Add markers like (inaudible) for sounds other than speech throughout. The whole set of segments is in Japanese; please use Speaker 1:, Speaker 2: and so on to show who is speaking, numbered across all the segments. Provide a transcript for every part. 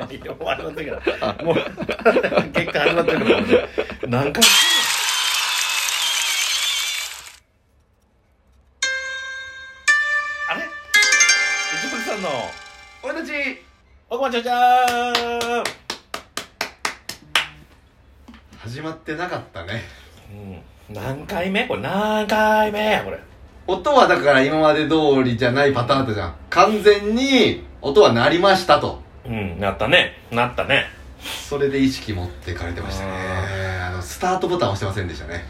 Speaker 1: まってるからもう結果始まってるからもうね何回あれ一目さんの俺たちおこまちゃちゃーん
Speaker 2: 始まってなかったね
Speaker 1: うん何回目これ何回目やこれ
Speaker 2: 音はだから今まで通りじゃないパターンだったじゃん完全に音は鳴りましたと
Speaker 1: うんなったねなったね
Speaker 2: それで意識持ってかれてましたねあのスタートボタン押してませんでしたね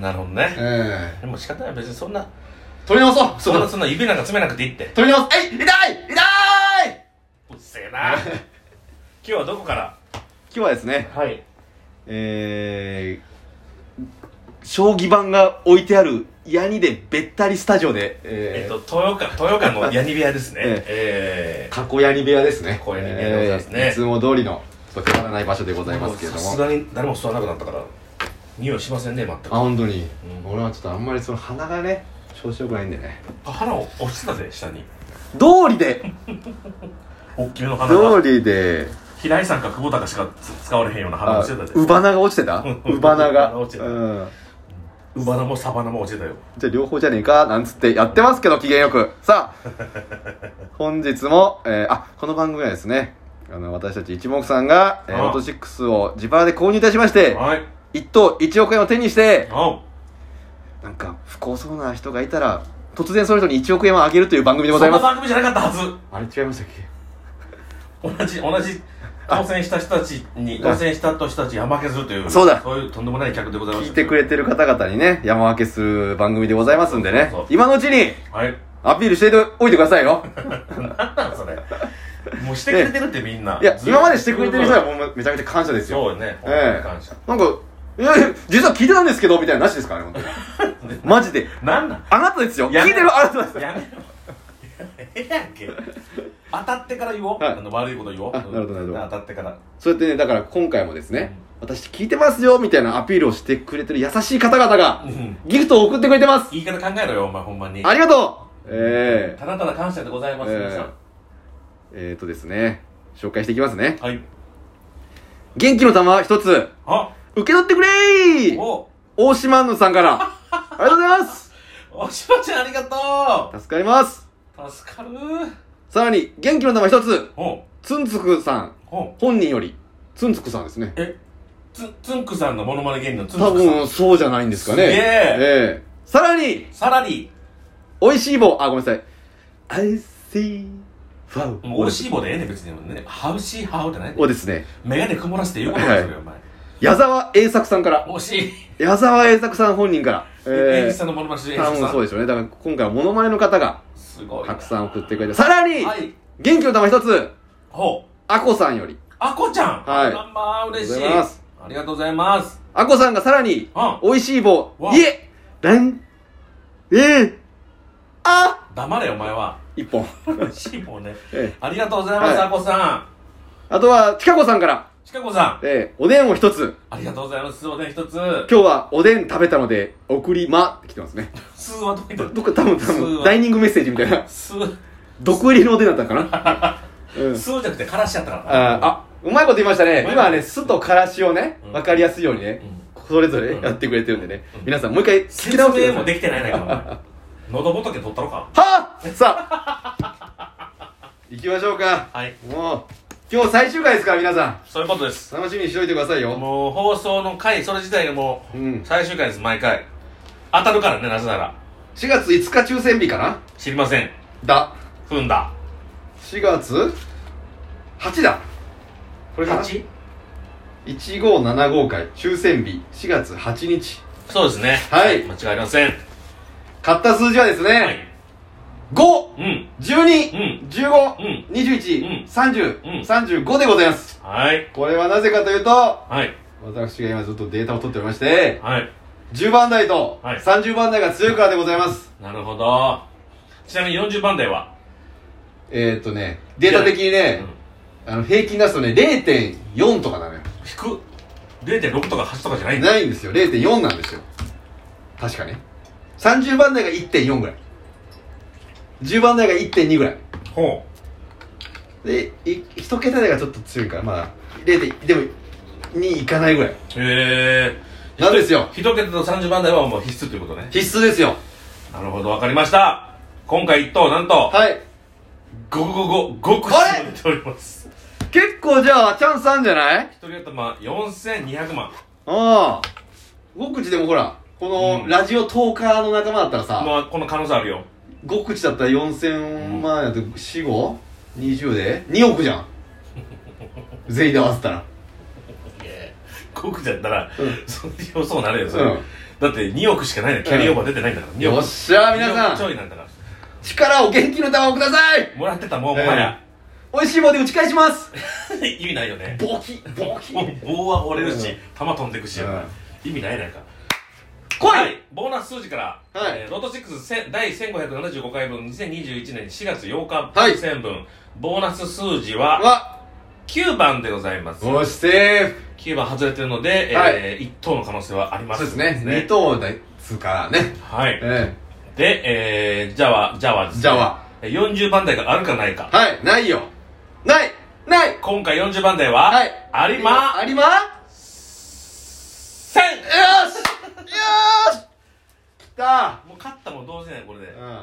Speaker 1: なるほどね
Speaker 2: ええ
Speaker 1: でも仕方ない別にそんな
Speaker 2: 取り直そう
Speaker 1: そ
Speaker 2: そ
Speaker 1: んな
Speaker 2: う
Speaker 1: そんな指なんか詰めなくていいって
Speaker 2: 取り直すえい痛い痛いう
Speaker 1: っせえ (laughs) な今日はどこから
Speaker 2: 今日はですね
Speaker 1: はい
Speaker 2: えー、将棋盤が置いてあるヤニでべったりスタジオで、
Speaker 1: えっ
Speaker 2: え。
Speaker 1: と、豊岡、豊岡のヤニ部屋ですね
Speaker 2: (laughs)
Speaker 1: え
Speaker 2: え過去ヤニ部屋ですね
Speaker 1: 過去ヤニ部屋でございますね
Speaker 2: えーいつも通りのちょっと変わらない場所でご
Speaker 1: え
Speaker 2: ざいますけれど
Speaker 1: さす
Speaker 2: も
Speaker 1: がに誰も吸わなくなったから、匂いしませんね、全く
Speaker 2: あ。本当に、
Speaker 1: うん
Speaker 2: 俺はちょっとあんまりその鼻がね調子よくないんでね
Speaker 1: 鼻を押してたぜ、下に。
Speaker 2: 道理で
Speaker 1: 大きめの鼻
Speaker 2: 道
Speaker 1: が。
Speaker 2: 理で
Speaker 1: 平井さんか久保田しか使われへんような鼻をしてたぜ。
Speaker 2: うばなが落ちてたうばなが
Speaker 1: 落ちてた
Speaker 2: うん
Speaker 1: うばなもサバナも落ちてたよ。
Speaker 2: じゃあ両方じゃねえかなんつってやってますけど機嫌よくさ (laughs) あ本日も、えーあこの番組はですねあの私たち一目さんが、えー、
Speaker 1: あ
Speaker 2: ロト6を自腹で購入いたしまして
Speaker 1: はい。
Speaker 2: 一等1億円を手にして
Speaker 1: あ
Speaker 2: なんか不幸そうな人がいたら突然その人に1億円をあげるという番組でご
Speaker 1: そ
Speaker 2: ざい
Speaker 1: ん
Speaker 2: ま
Speaker 1: な
Speaker 2: す
Speaker 1: 番組じゃなかったはず。
Speaker 2: あれ違いましたっけ
Speaker 1: 同じ、同じ。当選した人たちに、
Speaker 2: あ
Speaker 1: 当選した人たち山分けするという、
Speaker 2: そうだ
Speaker 1: そういうとんでもない客でございます。
Speaker 2: 聞いてくれてる方々にね山分けする番組でございますんでね
Speaker 1: そうそう
Speaker 2: 今のうちに
Speaker 1: はい。
Speaker 2: アピールしておいてくださ
Speaker 1: (laughs)
Speaker 2: いよ
Speaker 1: なんなんそれ。もうしてくれてるってみんな。
Speaker 2: いや
Speaker 1: ずっと
Speaker 2: 今までしてくれてる人はもうめちゃめちゃ感謝ですよ
Speaker 1: そうよね。
Speaker 2: ええ
Speaker 1: 感謝。
Speaker 2: なんか、いやいや、実は聞いてたんですけど、みたいなのなしですからね、本当
Speaker 1: (laughs)
Speaker 2: に。マジで。
Speaker 1: なんなん
Speaker 2: あなたですよ。
Speaker 1: や
Speaker 2: 聞
Speaker 1: め
Speaker 2: いてるあなたです。
Speaker 1: やめろ。ええやんけ。当たってから言おう。
Speaker 2: はい
Speaker 1: あの悪いこと言おう。
Speaker 2: あなるほどなるほど
Speaker 1: 当たってから。
Speaker 2: そうやってね、だから今回もですね、私聞いてますよ、みたいなアピールをしてくれてる優しい方々が
Speaker 1: う、ん
Speaker 2: ギフトを送ってくれてます。
Speaker 1: 言い方考えろよ、お前、ほんまに。
Speaker 2: ありがとうえ
Speaker 1: ただただ感謝でございます。
Speaker 2: ええ
Speaker 1: 皆さん
Speaker 2: ええーとですね、紹介していきますね。
Speaker 1: はい。
Speaker 2: 元気の玉一つ、
Speaker 1: あ
Speaker 2: 受け取ってくれー
Speaker 1: お
Speaker 2: 大島ぬさんから。ありがとうございます
Speaker 1: おしばちゃんありがと
Speaker 2: 助かります
Speaker 1: う助かる
Speaker 2: さらに、元気の玉一つ、
Speaker 1: お
Speaker 2: つんつくさん、
Speaker 1: お
Speaker 2: 本人より、つんつくさんですね。
Speaker 1: え、つ、つんくさんのモノマネ芸人のつん
Speaker 2: 多
Speaker 1: くさん。
Speaker 2: 分そうじゃないんですかね。
Speaker 1: すげえ
Speaker 2: ええさらに、
Speaker 1: サラリ
Speaker 2: 美味しい棒、あ、ごめんなさい。I see wow
Speaker 1: ー。もう、おいしい棒でええねん別に。ね、ハウシーハウってない
Speaker 2: をですね、
Speaker 1: メガネ曇らせて言うことですよ、
Speaker 2: はい
Speaker 1: お前。
Speaker 2: 矢沢栄作さんから、
Speaker 1: 惜しい。
Speaker 2: 矢沢栄作さん本人から、
Speaker 1: エイ
Speaker 2: え
Speaker 1: ジさんのモノマネして
Speaker 2: え
Speaker 1: るエイ
Speaker 2: 多
Speaker 1: ジさ
Speaker 2: 分
Speaker 1: ん
Speaker 2: そう。でしょうね。だから今回はモノマネの方が
Speaker 1: すごいな。
Speaker 2: たくさん送ってくれて、さらに、
Speaker 1: はい。
Speaker 2: 元気の玉一つ、
Speaker 1: ほう。
Speaker 2: あこさんより、
Speaker 1: あこちゃん。
Speaker 2: はい
Speaker 1: あまあ、嬉しい。
Speaker 2: ありがとうございます
Speaker 1: ありがとうございます。
Speaker 2: あこさんがさらに、
Speaker 1: うん。
Speaker 2: 美味しい棒
Speaker 1: わ、
Speaker 2: いえ、らん、ええあ
Speaker 1: 黙れ、お前は。 (laughs)
Speaker 2: 一本。
Speaker 1: 嬉しいもんね。
Speaker 2: ええ
Speaker 1: ありがとうございます、
Speaker 2: はい
Speaker 1: あこさ
Speaker 2: あとは、ちかこさんから、
Speaker 1: ん。ちかこさん。
Speaker 2: ええおでんを一つ。
Speaker 1: ありがとうございます。おでん一つ。
Speaker 2: 今日はおでん食べたので送りまって来てま
Speaker 1: (laughs)
Speaker 2: すね
Speaker 1: すーはどこにと
Speaker 2: どっか多分多
Speaker 1: 普通
Speaker 2: 分
Speaker 1: は
Speaker 2: ダイニングメッセージみた
Speaker 1: (laughs)
Speaker 2: いな
Speaker 1: すー、
Speaker 2: 毒入りのおでんだったのか
Speaker 1: (laughs)
Speaker 2: な、うん、
Speaker 1: すーじゃなくて、からしやったから。
Speaker 2: あーあうまいこと言いましたね
Speaker 1: うまい
Speaker 2: 今はね酢とからしをね
Speaker 1: うん
Speaker 2: 分かりやすいようにね
Speaker 1: うん
Speaker 2: それぞれやってくれてるんでね
Speaker 1: うん
Speaker 2: 皆さんもう一回聞き
Speaker 1: 説
Speaker 2: 直して
Speaker 1: 明
Speaker 2: く
Speaker 1: も
Speaker 2: ださい
Speaker 1: できてないんだけどお前、喉仏取ったろか。
Speaker 2: はあさあ (laughs) 行きましょうか
Speaker 1: はい。
Speaker 2: もう今日最終回ですから皆さ
Speaker 1: そういうことです。
Speaker 2: ん楽しみにしておいてくださいよ
Speaker 1: もう、放送の回、それ自体がも
Speaker 2: う
Speaker 1: う、
Speaker 2: ん
Speaker 1: 最終回です、毎回。当たるからね、なぜなら。
Speaker 2: 4月5日抽選日かな
Speaker 1: 知りません。
Speaker 2: だ
Speaker 1: 踏んだ。
Speaker 2: 4月8だこれかな1575回抽選日4月8日
Speaker 1: そうですね。
Speaker 2: はい
Speaker 1: 間違いありません。
Speaker 2: 買った数字はですね、
Speaker 1: はい。
Speaker 2: 5
Speaker 1: うん。う
Speaker 2: 12、
Speaker 1: ん。
Speaker 2: 15、
Speaker 1: うんうん
Speaker 2: 21、30、
Speaker 1: うん
Speaker 2: 35でございます
Speaker 1: はい。
Speaker 2: これはなぜかというと
Speaker 1: はい。
Speaker 2: 私が今ずっとデータを取っておりまして
Speaker 1: はい。
Speaker 2: 10番台と
Speaker 1: はい
Speaker 2: 30番台が強いからでございます、
Speaker 1: なるほど。ちなみに40番台は
Speaker 2: えー、っとねデータ的にね、あの平均出すとね0.4とかなのよ
Speaker 1: 引く。0.6とか8とかじゃないんだ。
Speaker 2: ないんですよ0.4なんですよ確かね30番台が1.4ぐらい10番台が1.2ぐらい
Speaker 1: ほ
Speaker 2: ででい一桁台がちょっと強いからまだ0点でも2いかないぐらい
Speaker 1: ええ
Speaker 2: なんですよ
Speaker 1: 一桁と30番台はもう必須ということね
Speaker 2: 必須ですよ
Speaker 1: なるほどわかりました今回一等なんと
Speaker 2: はい
Speaker 1: 5 5 5 5個
Speaker 2: あ
Speaker 1: 出
Speaker 2: れ
Speaker 1: ております
Speaker 2: 結構じゃあチャンスあるんじゃない
Speaker 1: 一人頭4200万
Speaker 2: ああ5口でもほらこの、
Speaker 1: うん
Speaker 2: ラジオトーカーの仲間だったらさ
Speaker 1: まあこの可能性あるよ
Speaker 2: 5口だったら4000万やと4520で2億
Speaker 1: (laughs)
Speaker 2: じゃん全員で合わせたら
Speaker 1: 5億じゃったら、
Speaker 2: うん
Speaker 1: そそうそうなるよそれ、
Speaker 2: うん
Speaker 1: だって2億しかないのキャリーオーバー出てないんだから、2
Speaker 2: よ
Speaker 1: 億
Speaker 2: っしゃー皆
Speaker 1: 2億ち
Speaker 2: さ
Speaker 1: ょ
Speaker 2: ん
Speaker 1: いなんだから
Speaker 2: 力を元気の玉をください
Speaker 1: もらってたもんもはや、
Speaker 2: 美味しい棒で打ち返します
Speaker 1: (laughs) 意味ないよね
Speaker 2: ボキボキ
Speaker 1: もう棒は折れるし、
Speaker 2: うん
Speaker 1: 弾飛んでくし、
Speaker 2: うん
Speaker 1: 意味ないなんか
Speaker 2: 来
Speaker 1: はいいボーナス数字から、
Speaker 2: はい
Speaker 1: えーロト6千第1575回分2021年4月8日
Speaker 2: はい
Speaker 1: 戦分、ボーナス数字は
Speaker 2: わ
Speaker 1: 9番でございます
Speaker 2: そして
Speaker 1: 9番外れてるので、
Speaker 2: はい
Speaker 1: え1等の可能性はあります
Speaker 2: そうですね2等ですからね
Speaker 1: はい
Speaker 2: え
Speaker 1: で、えー、ジャワ、ジャワです、ね。
Speaker 2: ジャワ。
Speaker 1: 40番台があるかないか
Speaker 2: え。はいないよないない
Speaker 1: 今回40番台は、
Speaker 2: はい
Speaker 1: ありま
Speaker 2: ありまよ
Speaker 1: せん
Speaker 2: しよしきた
Speaker 1: もう勝ったも同時だよ、これで
Speaker 2: う。ん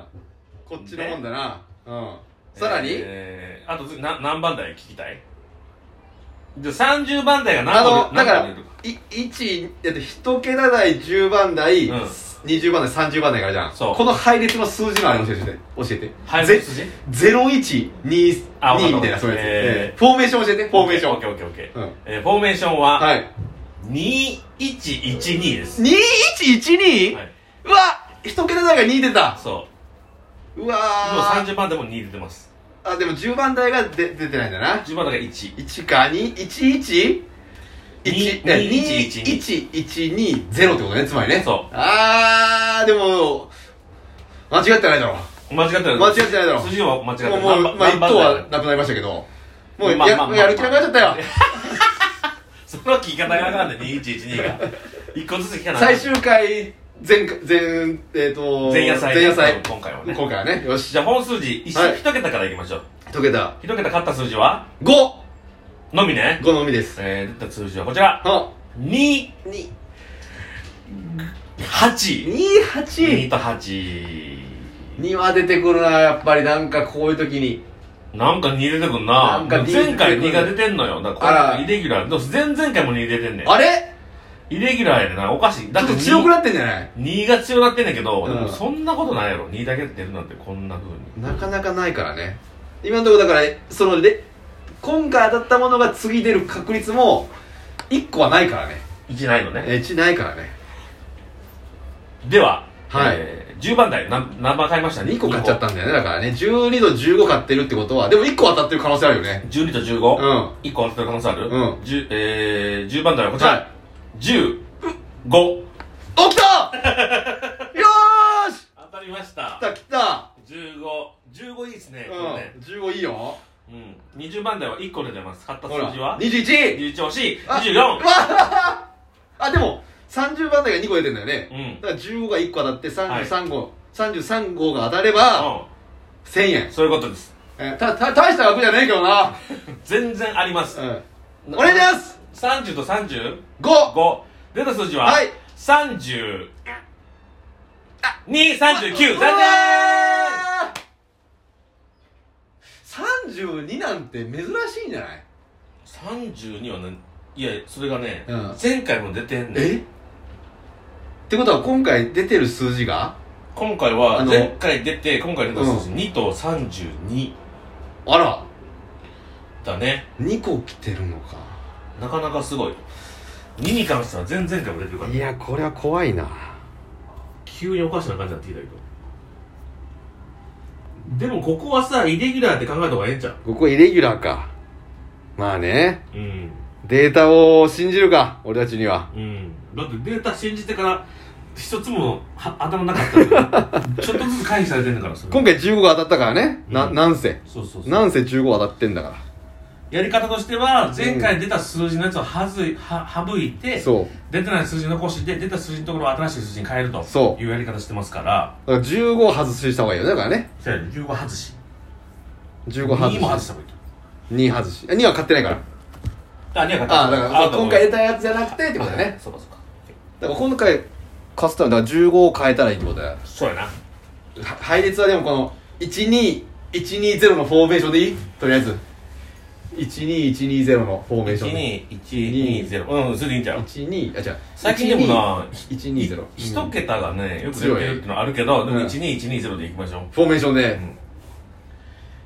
Speaker 2: こっちのもんだなうんさらに
Speaker 1: えー、あと次な何番台聞きたいじゃあ30番台が
Speaker 2: あ
Speaker 1: 何個
Speaker 2: のだ
Speaker 1: 何
Speaker 2: か
Speaker 1: 個
Speaker 2: ら
Speaker 1: 出るか
Speaker 2: い1えっと1桁台10番台
Speaker 1: うん
Speaker 2: 20番台30番台からじゃん
Speaker 1: そう
Speaker 2: この配列の数字のあれ教えて教えて
Speaker 1: 配列筋
Speaker 2: 0122み
Speaker 1: あわかった
Speaker 2: たいなそういうや
Speaker 1: え
Speaker 2: つええフォーメーション教えてフォーメーショ
Speaker 1: オッケ
Speaker 2: ン
Speaker 1: ーオッケーオッケー。
Speaker 2: うん
Speaker 1: えー、フォーメーションは、
Speaker 2: はい
Speaker 1: 2112です。
Speaker 2: 2112
Speaker 1: はい。
Speaker 2: うわ一桁台が2出た
Speaker 1: そうう。もう
Speaker 2: わ
Speaker 1: 30番でも2出てます。
Speaker 2: あでも10番台がで出てないんだな
Speaker 1: 10番台が1。
Speaker 2: 1か 211?
Speaker 1: に
Speaker 2: 21120ってことねつまりね
Speaker 1: そう
Speaker 2: あーでも間違ってないだろ
Speaker 1: 間違ってない。
Speaker 2: 間違ってないだろ
Speaker 1: 筋は間違って
Speaker 2: も
Speaker 1: な
Speaker 2: う
Speaker 1: い。
Speaker 2: も
Speaker 1: 何番
Speaker 2: う、まあ、
Speaker 1: 何
Speaker 2: 1
Speaker 1: 番
Speaker 2: 等
Speaker 1: 台
Speaker 2: はなくなりましたけどもうや,、
Speaker 1: まあまあまあ
Speaker 2: やる気なくなっちゃったよ
Speaker 1: その聞き方があかんね2112が1個ずつ聞かない
Speaker 2: 最終回前回前えっ、と
Speaker 1: 前夜祭
Speaker 2: 前夜祭
Speaker 1: 今回はね
Speaker 2: 今回はねよし
Speaker 1: じゃあ本数字 1,、
Speaker 2: はい
Speaker 1: 一桁からいきましょう
Speaker 2: 解けた
Speaker 1: 1桁勝った数字は
Speaker 2: 55
Speaker 1: のみね、
Speaker 2: のみです
Speaker 1: えー、出た数字はこちら
Speaker 2: の
Speaker 1: 282
Speaker 2: 2
Speaker 1: 2
Speaker 2: 28
Speaker 1: と8
Speaker 2: には出てくるなやっぱりなんかこういう時に
Speaker 1: なんか2出てくん
Speaker 2: な
Speaker 1: なん
Speaker 2: か2
Speaker 1: 前回2が出てんのよだか
Speaker 2: あ
Speaker 1: ら
Speaker 2: ら
Speaker 1: イレギュラーでも前々回も2出てんねん
Speaker 2: あれ
Speaker 1: イレギュラーやねんなおかしい
Speaker 2: ち
Speaker 1: だ
Speaker 2: ょ
Speaker 1: っ
Speaker 2: ってと強く
Speaker 1: 2
Speaker 2: なってんじゃない
Speaker 1: が強なってんねんけど、
Speaker 2: うん
Speaker 1: でもそんなことないやろ2だけ出るなんてこんなふうに
Speaker 2: なかなかないからね今のところだからそのレ今回当たったものが次出る確率も1個はないからね
Speaker 1: 1ないのね
Speaker 2: 1ないからね
Speaker 1: では、
Speaker 2: はい
Speaker 1: えー10番台何何番買いました
Speaker 2: 2個買っちゃったんだよねだからね12と15買ってるってことはでも1個当たってる可能性あるよね
Speaker 1: 12と15、
Speaker 2: うんは
Speaker 1: 1個当たってる可能性ある、
Speaker 2: うん
Speaker 1: 10えー、10番台はこ
Speaker 2: い
Speaker 1: ちら、15
Speaker 2: 起きたよーし
Speaker 1: 当たりました
Speaker 2: 来た来た
Speaker 1: 1515いいですね,、これね
Speaker 2: うん15いいよ
Speaker 1: うん、20番台は1個出てます買った
Speaker 2: ほら
Speaker 1: 数字は
Speaker 2: 21!
Speaker 1: 11惜しい
Speaker 2: あ
Speaker 1: 24
Speaker 2: あでも30番台が2個出てんだよね
Speaker 1: うん
Speaker 2: だから15が1個当たって
Speaker 1: はい
Speaker 2: 33号、33号が当たれば1000
Speaker 1: うん
Speaker 2: 円、
Speaker 1: そういうことです
Speaker 2: えーたた大した額じゃねえけどな、
Speaker 1: 全然あります、
Speaker 2: うん、お願いします
Speaker 1: 30と35
Speaker 2: 5
Speaker 1: 出た数字は、
Speaker 2: はい
Speaker 1: 30あ239残念
Speaker 2: 念32なんて珍しいんじゃない
Speaker 1: 32はねいやそれがね、
Speaker 2: うん
Speaker 1: 前回も出てんねん
Speaker 2: えってことは今回出てる数字が
Speaker 1: 今回
Speaker 2: あ
Speaker 1: は
Speaker 2: の
Speaker 1: 前回出て今回出た数字2と32
Speaker 2: あら
Speaker 1: だね
Speaker 2: 2個来てるのか
Speaker 1: なかなかすごい2に関しては前々回も出てるから
Speaker 2: いやこれは怖いな
Speaker 1: 急におかしな感じになってきたけどでもここはさイレギュラーって考えた方がええんちゃう
Speaker 2: ここイレギュラーかまあね
Speaker 1: うん
Speaker 2: データを信じるか俺たちには
Speaker 1: うんだってデータ信じてから一つもは頭なかったから (laughs) ちょっとずつ回避されてんだからそれ
Speaker 2: 今回15が当たったからね、な
Speaker 1: うん
Speaker 2: なんせ
Speaker 1: そうそうそう
Speaker 2: なんせ15当たってんだか
Speaker 1: やり方としては前回出た数字のやつをはずいは省いて
Speaker 2: らそう
Speaker 1: 出てない数字残して出た数字のところを新しい数字に変えると
Speaker 2: そう
Speaker 1: いうやり方してますから
Speaker 2: だから15外しした方がいいよねだからね
Speaker 1: そうや15外し2
Speaker 2: 15
Speaker 1: も
Speaker 2: 外
Speaker 1: 外
Speaker 2: し
Speaker 1: した方がいいと
Speaker 2: 2外し2は買ってないから
Speaker 1: あ、には
Speaker 2: ああだから今回得
Speaker 1: た
Speaker 2: たやつじゃなくてってことだよね
Speaker 1: そうかそうか
Speaker 2: だから今回買ったのだから15を変えたらいいってことだよ
Speaker 1: そうやな
Speaker 2: は配列はでもこの12120のフォーメーションでいいとりあえず12120のフォーメーションで
Speaker 1: 12120うんそれでいいんちゃう
Speaker 2: 12あ違う
Speaker 1: 最近でもな
Speaker 2: 120
Speaker 1: 一桁がねよく出てるってのはあるけどでも12120でいきましょう
Speaker 2: フォーメーションで、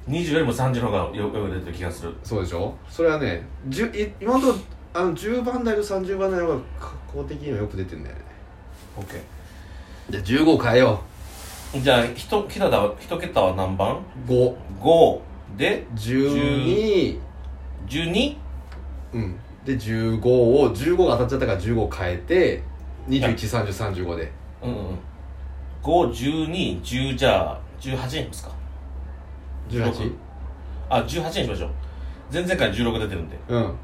Speaker 1: 20よりも30の方がよく出てる気がする
Speaker 2: そうでしょそれはね10い今のところあの10番台と30番台の方が格好的にはよく出てんだよね
Speaker 1: OK
Speaker 2: じゃあ15変えよ
Speaker 1: じゃあ一桁は一桁は何番
Speaker 2: う5
Speaker 1: ?5 で
Speaker 2: 12
Speaker 1: 12?
Speaker 2: うんで15を15が当たっちゃったから15変えて213035で
Speaker 1: うんうん51210じゃあ18にしますか
Speaker 2: 18
Speaker 1: あ18にしましょう前々回16出てるんで
Speaker 2: うん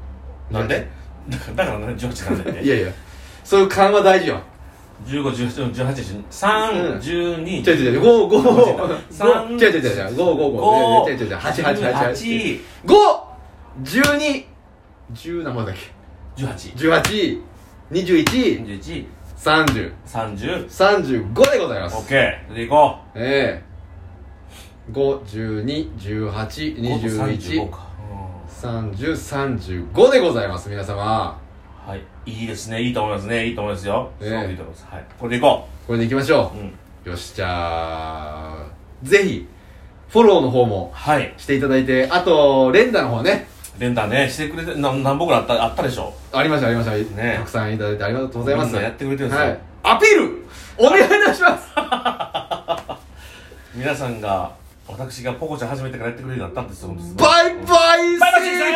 Speaker 1: なんでだからだからなんで18なんだよね
Speaker 2: いやいやそういう勘は大事よ
Speaker 1: 15、14、18、3、12、
Speaker 2: 違う違う違う5 5
Speaker 1: 3
Speaker 2: 5違う違う違う違う5 5 5違う違う違う8 8
Speaker 1: 8、
Speaker 2: 8 8 512何番だっけ
Speaker 1: 18、
Speaker 2: 18、21、
Speaker 1: 21、
Speaker 2: 30、
Speaker 1: 30、
Speaker 2: 35でございます。
Speaker 1: OK。で、いこ
Speaker 2: ええ5、12、18、
Speaker 1: う。5
Speaker 2: 21
Speaker 1: と35、か。
Speaker 2: 30、35でございます、皆様。
Speaker 1: うんはい。いいですね。いいと思いますね。いいと思いますよ。
Speaker 2: ね
Speaker 1: そう、いいと思います。はい。これでいこ
Speaker 2: これでいきましょ
Speaker 1: う。うん。
Speaker 2: う。よし、じゃあ、ぜひ、フォローの方も
Speaker 1: はい。
Speaker 2: していただいて、あと、連打の方ね、
Speaker 1: 連打ね、してくれて、な何本くらいあった、あったでしょ
Speaker 2: ありました、ありました。
Speaker 1: ね
Speaker 2: たくさんいただいてありがとうございます。
Speaker 1: みんなやってくれてるんですよ
Speaker 2: はい。アピールお願いいたします
Speaker 1: 皆さんが、私がポコちゃん始めてからやってくれるようになったんですよ。本当に
Speaker 2: バイバイ
Speaker 1: バイバイ